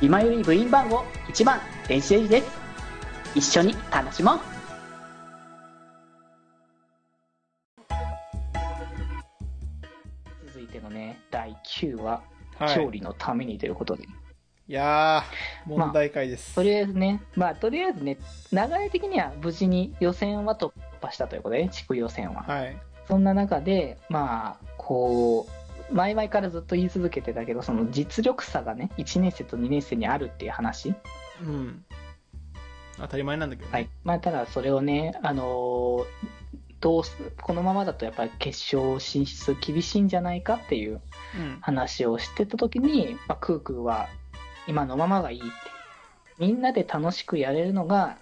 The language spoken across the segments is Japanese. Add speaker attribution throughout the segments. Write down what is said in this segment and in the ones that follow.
Speaker 1: 今より部員番号1番電子レンジです一緒に楽しもう続いてのね第9話、
Speaker 2: はい、
Speaker 1: 調理のためにということで
Speaker 2: いやー
Speaker 1: まあ
Speaker 2: 問題解です、
Speaker 1: とりあえずねまあとりあえずね流れ的には無事に予選は突破したということで、ね、地区予選は、
Speaker 2: はい
Speaker 1: そんな中でまあこう前々からずっと言い続けてたけどその実力差がね1年生と2年生にあるっていう話、
Speaker 2: うん当たり前なんだけどね、
Speaker 1: はいまあ、ただそれをね、あのーどうすこのままだとやっぱり決勝進出厳しいんじゃないかっていう
Speaker 2: うん、
Speaker 1: 話をしてた時に、まあ、クークーは今のままがいいってみんなで楽しくやれるのが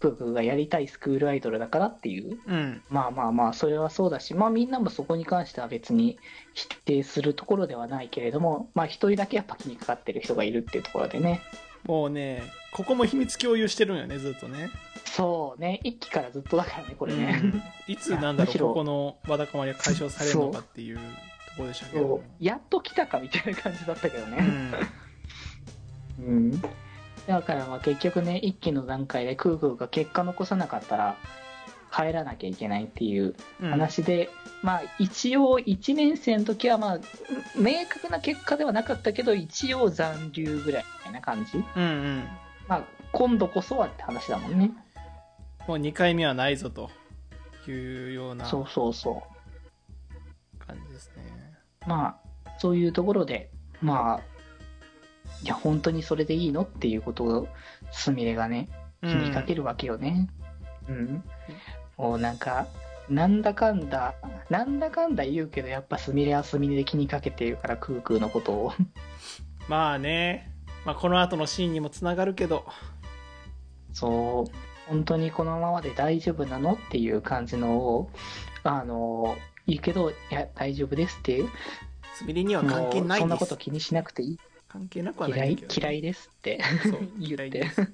Speaker 1: クークーがやりたいスクールアイドルだからっていう
Speaker 2: うん、
Speaker 1: まあまあまあそれはそうだし、まあ、みんなもそこに関しては別に否定するところではないけれどもまあ、一人だけやっぱ気にかかってる人がいるっていうところでね
Speaker 2: もうねここも秘密共有してるんよねずっとね
Speaker 1: そうね一期からずっとだからねこれね。
Speaker 2: うんいつなんだろ
Speaker 1: むし
Speaker 2: う
Speaker 1: ろ
Speaker 2: ここのわだかまりが解消されるのかっていうところでしたけど
Speaker 1: そうやっと来たかみたいな感じだったけど
Speaker 2: う
Speaker 1: ね、
Speaker 2: ん
Speaker 1: うん、だからまあ結局ね一期の段階で空空が結果残さなかったら帰らなきゃいけないっていう
Speaker 2: う ん
Speaker 1: 話で、まあ一応1年生の時はまあ明確な結果ではなかったけど一応残留ぐらいみたいな感じ
Speaker 2: うんうん
Speaker 1: まあ今度こそはって話だもんね
Speaker 2: もう2回目はないぞというような
Speaker 1: そう
Speaker 2: 感
Speaker 1: そうそう
Speaker 2: じですね
Speaker 1: まあ、そういうところで、まあ、いや、本当にそれでいいのっていうことを、すみれがね、気
Speaker 2: うん
Speaker 1: にかけるわけよね。うん。もうなんか、なんだかんだ、なんだかんだ言うけど、やっぱすみれはすみれで気にかけてるから、クークーのこと を。
Speaker 2: まあね、まあ、この後のシーンにもつながるけど
Speaker 1: そう、本当にこのままで大丈夫なのっていう感じのを、あの、言うけど、いや、大丈夫ですって、
Speaker 2: すみれには関係
Speaker 1: もう
Speaker 2: ない
Speaker 1: そん
Speaker 2: で
Speaker 1: なこと
Speaker 2: す
Speaker 1: 気にしなくていい。
Speaker 2: 関係なくはな
Speaker 1: 嫌
Speaker 2: いん
Speaker 1: い
Speaker 2: だけ、ど
Speaker 1: 嫌いですって。
Speaker 2: そう
Speaker 1: 言って
Speaker 2: 嫌いです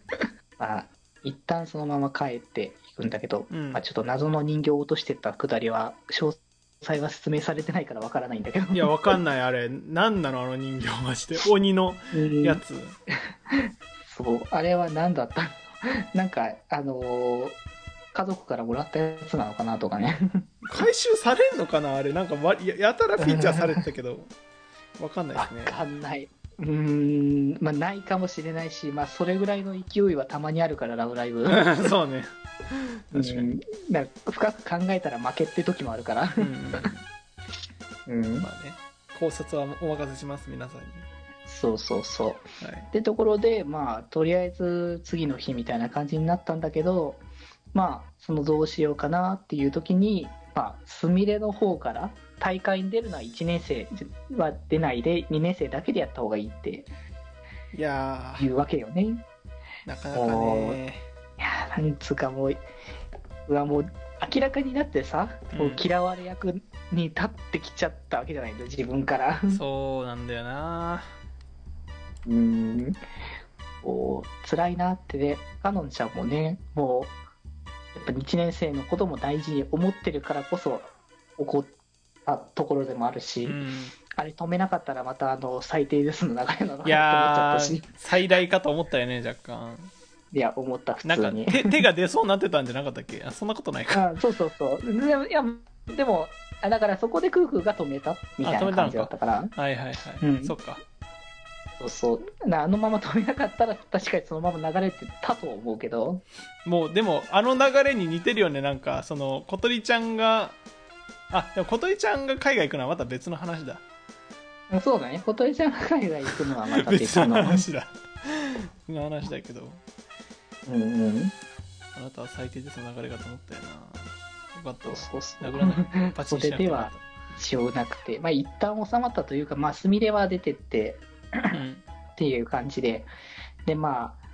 Speaker 1: まあ、一旦そのまま帰っていくんだけど、
Speaker 2: うん
Speaker 1: まあ、ちょっと謎の人形を落としてったくだりは詳細は説明されてないからわからないんだけど
Speaker 2: いや、わかんない、あれ。なんなの、あの人形、マジで。鬼の
Speaker 1: うん
Speaker 2: やつ。
Speaker 1: そうあれは何だったの なんかあのー家族からもらったやつなのかなとかね
Speaker 2: 回収されんのかな、あれ。なんかわ、ややたらフィーチャーされてたけど、わかんない
Speaker 1: わ
Speaker 2: ですね。
Speaker 1: かんない。うーんまあ、ないかもしれないし、まあ、それぐらいの勢いはたまにあるから、ラブライブ。
Speaker 2: そうね。確かに。
Speaker 1: うんなんか深く考えたら負けって時もあるから
Speaker 2: う。ん。
Speaker 1: うん、
Speaker 2: まあね、考察はお任せします、皆さんに。
Speaker 1: そうそうそう。
Speaker 2: はい。
Speaker 1: ってところでまあとりあえず次の日みたいな感じになったんだけどまあそのどうしようかなっていう時にまあすみれの方から大会に出るのは1年生は出ないで2年生だけでやった方がいいって
Speaker 2: いや
Speaker 1: い
Speaker 2: ー、
Speaker 1: うわけ よね。い
Speaker 2: なかなかね。
Speaker 1: やーなんつうかもううわもう明らかになってさ、こう
Speaker 2: うん
Speaker 1: 嫌われ役に立ってきちゃったわけじゃないんだ自分から。
Speaker 2: そうなんだよな。
Speaker 1: うーんこう辛いなってねかのんちゃんもねもうやっぱ1年生のことも大事に思ってるからこそ怒ったところでもあるし、
Speaker 2: うん。
Speaker 1: あれ止めなかったらまたあの最低ですの流れなのかなって思っ
Speaker 2: い
Speaker 1: ちゃ
Speaker 2: や
Speaker 1: ったし
Speaker 2: ー、最大かと思ったよね、若干。
Speaker 1: いや思った普
Speaker 2: なん
Speaker 1: 通
Speaker 2: か、
Speaker 1: に
Speaker 2: 手手が出そうになってたんじゃなかったっけあ、そんなことないか。
Speaker 1: あそうそうそうでもいやでもあだからそこで空空が止めたみたいな感じだったから
Speaker 2: はいはいはい。
Speaker 1: うん
Speaker 2: そっか。
Speaker 1: そうそうなあのまま止めなかったら確かにそのまま流れてたと思うけど
Speaker 2: もうでもあの流れに似てるよねなんかその小鳥ちゃんがあでも小鳥ちゃんが海外行くのはまた別の話だ
Speaker 1: そうだね、小鳥ちゃんが海外行くのはまた別
Speaker 2: 別 の
Speaker 1: の。
Speaker 2: 話だ別の話だけど
Speaker 1: うんうん。
Speaker 2: あなたは最低ですの流れかと思ったよなよかった
Speaker 1: そうそ
Speaker 2: わ
Speaker 1: う そう
Speaker 2: 殴らないパチンしなくてよかっ
Speaker 1: しようなくて、まあ一旦収まったというか、まあスミレは出てって
Speaker 2: たうん
Speaker 1: っていう感じで、でまあ、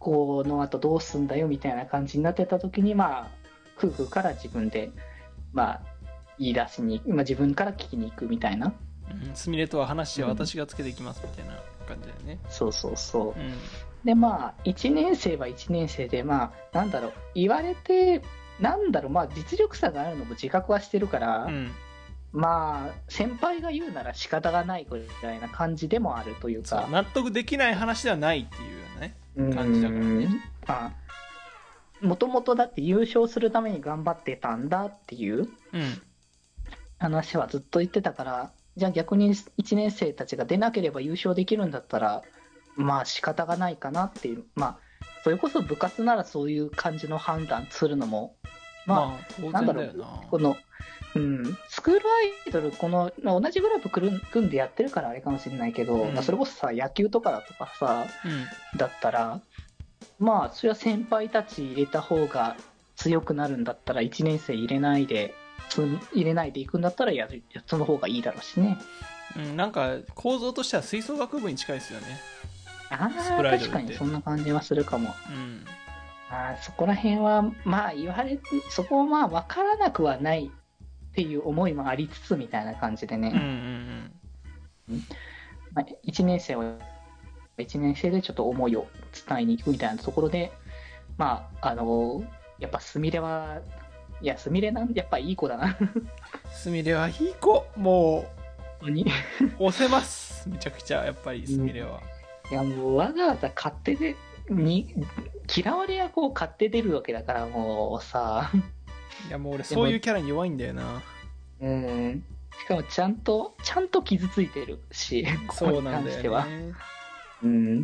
Speaker 1: この後どうすんだよみたいな感じになってた時に、まあ、夫婦から自分で、まあ、言い出しに、まあ自分から聞きに行くみたいな。
Speaker 2: うんすみれとは話は私がつけていきますみたいな感じだよね
Speaker 1: そうそうそう
Speaker 2: う。ん
Speaker 1: でまあ1年生は1年生でまあなんだろう言われてなんだろうまあ実力差があるのも自覚はしてるから、
Speaker 2: うん
Speaker 1: まあ先輩が言うなら仕方がないみたいな感じでもあるという
Speaker 2: そう
Speaker 1: か
Speaker 2: 納得できない話ではないっていうね感じだからね
Speaker 1: うんまあもともとだって優勝するために頑張ってたんだっていう
Speaker 2: うん
Speaker 1: 話はずっと言ってたからじゃあ逆に1年生たちが出なければ優勝できるんだったらまあ仕方がないかなっていうまあそれこそ部活ならそういう感じの判断するのもま
Speaker 2: まあ当
Speaker 1: なん
Speaker 2: 然
Speaker 1: だ
Speaker 2: だ
Speaker 1: ろ
Speaker 2: よ
Speaker 1: う
Speaker 2: な
Speaker 1: この、うん、スクールアイドルこの、まあ同じグループくるん組んでやってるからあれかもしれないけど、
Speaker 2: うん
Speaker 1: まあそれこそさ野球とかだとかさ
Speaker 2: うん
Speaker 1: だったらまあそれは先輩たち入れた方が強くなるんだったら1年生入れないでつ入れないでいくんだったらやるやその方がいいだろうしね
Speaker 2: うん、なんか構造としては吹奏楽部に近いですよね、
Speaker 1: あ
Speaker 2: ス
Speaker 1: あ
Speaker 2: プライドルって
Speaker 1: 確かにそんな感じはするかも
Speaker 2: うん、
Speaker 1: あーそこら辺はまあ言われてそこはまあ分からなくはないっていう思いもありつつみたいな感じでね、
Speaker 2: うんうんうん
Speaker 1: まあ、1年生は1年生でちょっと思いを伝えに行くみたいなところで、まあ、あのやっぱすみれは、いや、すみれなんやっぱいい子だな、本
Speaker 2: すみれはいい子も
Speaker 1: 当に。いう
Speaker 2: 押せますめちゃくちゃやっぱりすみれは、
Speaker 1: や、もうわざわざ勝手で、に嫌われ役を買って出るわけだから、もうさ、
Speaker 2: いやもう俺そういうキャラに弱いんだよな
Speaker 1: うん。しかもちゃんと、ちゃんと傷ついてるし、こ
Speaker 2: そ
Speaker 1: こ
Speaker 2: う
Speaker 1: に
Speaker 2: なん
Speaker 1: 関
Speaker 2: だ
Speaker 1: して
Speaker 2: よ
Speaker 1: は。
Speaker 2: ね
Speaker 1: うん。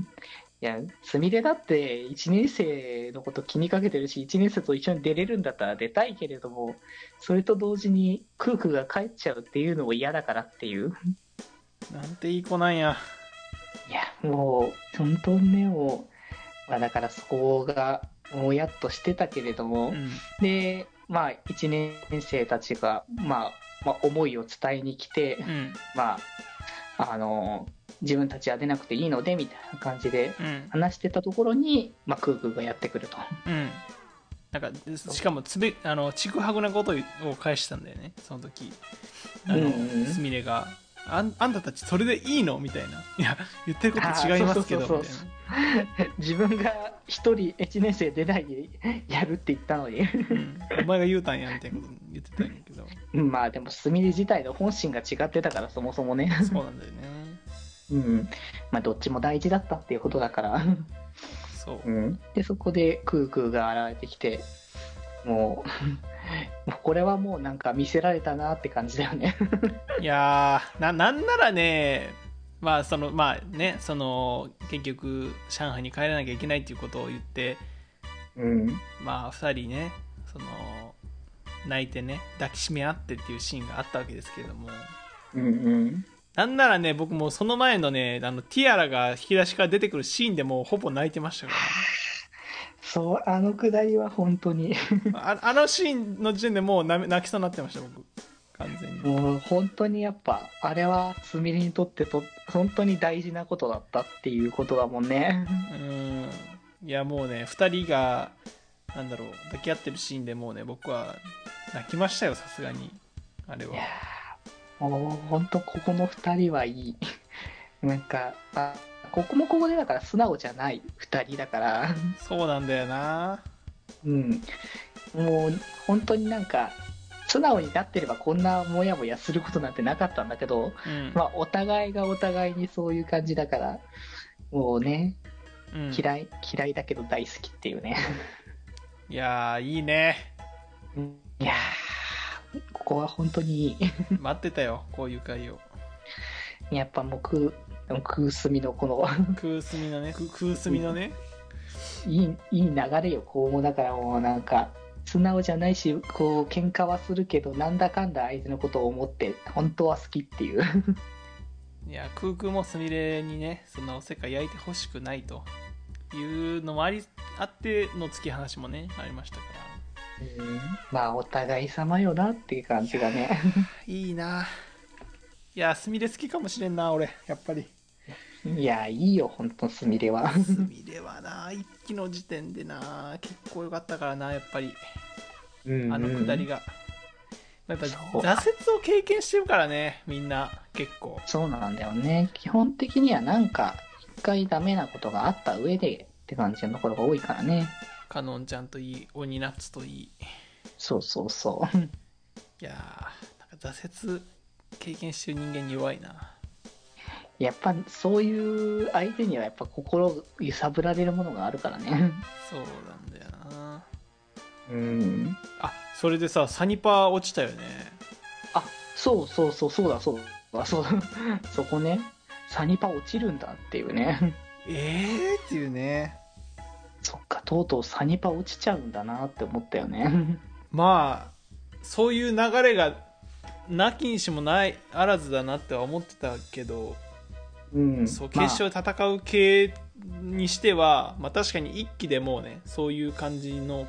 Speaker 1: いや、すみれだって1年生のこと気にかけてるし、1年生と一緒に出れるんだったら出たいけれども、それと同時に空空が帰っちゃうっていうのも嫌だからっていう。
Speaker 2: なんていい子なんや
Speaker 1: いや、もう、本当にね、もう、まあだからそこが、もやっとしてたけれども、
Speaker 2: うん
Speaker 1: で、まあ1年生たちが、まあ、まあ思いを伝えに来て、
Speaker 2: うん
Speaker 1: まあ、あの、自分たちは出なくていいので、みたいな感じで、
Speaker 2: うん
Speaker 1: 話してたところに、まあ、クークーがやってくると。
Speaker 2: うんなんかしかもつべあのちくはぐなことを返したんだよねその時あの、
Speaker 1: うんうん
Speaker 2: すみれがあんあんたたちそれでいいのみたいないや言ってること違いますけど
Speaker 1: あーそ
Speaker 2: み
Speaker 1: そ
Speaker 2: たいう
Speaker 1: うそうそう 自分が一人1年生出ないでやるって言ったのに
Speaker 2: な、うん、お前が言うたんやみたいなこと言ってたんやけど
Speaker 1: うんまあでもすみれ自体の本心が違ってたからそもそもね、
Speaker 2: そうなんだよね
Speaker 1: うんまあ、どっちも大事だったっていうことだから、
Speaker 2: そう
Speaker 1: うん、でそこでクークーが現れてきてもう もうこれはもうなんか見せられたなって感じだよね
Speaker 2: いやーななんならねまあそのまあねその結局上海に帰らなきゃいけないっていうことを言って
Speaker 1: うん
Speaker 2: まあ2人ねその泣いてね抱きしめ合ってっていうシーンがあったわけですけれども
Speaker 1: うんうん
Speaker 2: なんならね僕もうその前のねあのティアラが引き出しから出てくるシーンでもうほぼ泣いてましたか
Speaker 1: そうあのくだりは本当に
Speaker 2: らああのシーンの時点でもうな泣きそうになってました僕完全に
Speaker 1: もう本当にやっぱあれはすみれにとってと本当に大事なことだったっていうことだもんね。
Speaker 2: うんいやもうね2人がなんだろう抱き合ってるシーンでもうね僕は泣きましたよさすがにあれはい
Speaker 1: やーもう本当ここの2人はいい。 なんかあここもここでだから素直じゃない2人だから、
Speaker 2: そうなんだよな
Speaker 1: うん、もう本当になんか素直になってればこんなモヤモヤすることなんてなかったんだけど、
Speaker 2: うん、
Speaker 1: まあ、お互いがお互いにそういう感じだからもうね
Speaker 2: うん
Speaker 1: 嫌い嫌いだけど大好きっていうね。
Speaker 2: いやーいいね
Speaker 1: いやーここは本当にい
Speaker 2: 待ってたよこういう会を
Speaker 1: いやっぱもう空空隅のこの
Speaker 2: 空隅のね空空隅のね
Speaker 1: いいいい流れよこうもうだからもうなんか素直じゃないしこう喧嘩はするけどなんだかんだ相手のことを思って本当は好きっていう
Speaker 2: いや空空もすみれにねそんなおせっかい焼いてほしくないというのもありあっての突き放しもねありましたか
Speaker 1: う
Speaker 2: ら
Speaker 1: んまあお互い様よなっていう感じが ね
Speaker 2: いいないやすみれ好きかもしれんな俺やっぱり
Speaker 1: いやいいよ本当すみれは
Speaker 2: すみれはな一期の時点でな結構良かったからなやっぱりあのくだり
Speaker 1: が
Speaker 2: が、やっぱ
Speaker 1: そう
Speaker 2: 挫折を経験してるからねみんな結構
Speaker 1: そうなんだよね基本的にはなんか一回ダメなことがあった上でって感じのところが多いからね
Speaker 2: かのんちゃんといい鬼ナッツといい
Speaker 1: そうそうそう
Speaker 2: いやーなんか挫折経験してる人間に弱いな
Speaker 1: やっぱそういう相手にはやっぱ心揺さぶられるものがあるからね。
Speaker 2: そうなんだよな
Speaker 1: うん。
Speaker 2: あそれでさサニパー落ちたよね
Speaker 1: あ、そうそうそう、そうだそうだ、そうだ。 そこね、サニパ落ちるんだっていう ね。
Speaker 2: ええー、っていうね
Speaker 1: そっか、とうとうサニパ落ちちゃうんだなって思ったよね。
Speaker 2: まあそういう流れがなきにしもないあらずだなっては思ってたけど、
Speaker 1: うん。
Speaker 2: そう決
Speaker 1: まあ
Speaker 2: 勝で戦う系にしては、まあ、確かに一期でもうねそういう感じの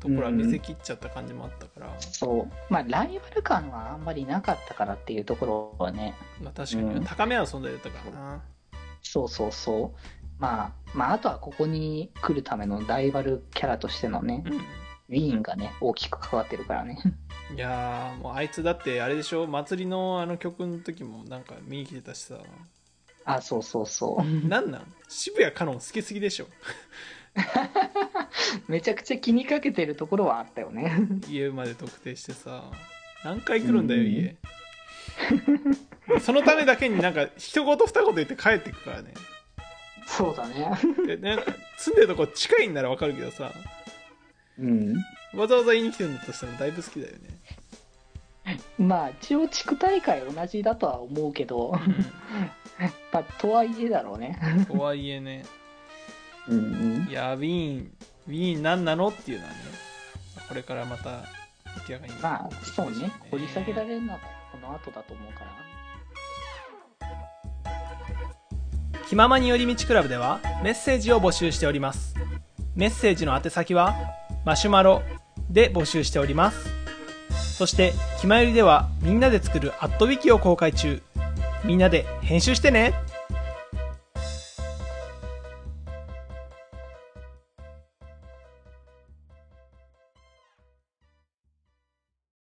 Speaker 2: ところは見せきっちゃった感じもあったから、
Speaker 1: そう。まあ、ライバル感はあんまりなかったからっていうところはね、
Speaker 2: まあ、確かに、
Speaker 1: うん
Speaker 2: 高め合う存在だったからな
Speaker 1: そうそうそう。まあ、まあ、あとはここに来るためのライバルキャラとしてのね、
Speaker 2: う
Speaker 1: ウィーンがね、大きく関わってるからね。
Speaker 2: んいやーもうあいつだってあれでしょ祭りのあの曲の時もなんか見に来てたしさ
Speaker 1: あ、そうそうそう。
Speaker 2: なんなん渋谷かのん好きすぎでしょ
Speaker 1: めちゃくちゃ気にかけてるところはあったよね。
Speaker 2: 家まで特定してさ何回来るんだよ
Speaker 1: うん
Speaker 2: 家そのためだけになんか一言二言言って帰ってくからね
Speaker 1: そうだね。
Speaker 2: でなんか住んでるとこ近いんならわかるけどさ
Speaker 1: うん。
Speaker 2: わざわざ言いに来てるんだとしたらだいぶ好きだよね、
Speaker 1: まあ、一応地区大会同じだとは思うけど、まあ、とはいえだろうね。
Speaker 2: とはいえね
Speaker 1: うんうん
Speaker 2: い。やーウィーンウィーン何なのっていうのはねこれからまた明らかに
Speaker 1: まあ、そうね。掘り下げら
Speaker 2: れ
Speaker 1: れるのはこの後だと思うから。
Speaker 2: 気ままに寄り道クラブではメッセージを募集しておりますメッセージの宛先はマシュマロで募集しておりますそして「きまより」ではみんなで作る「アットウィキを公開中みんなで編集してね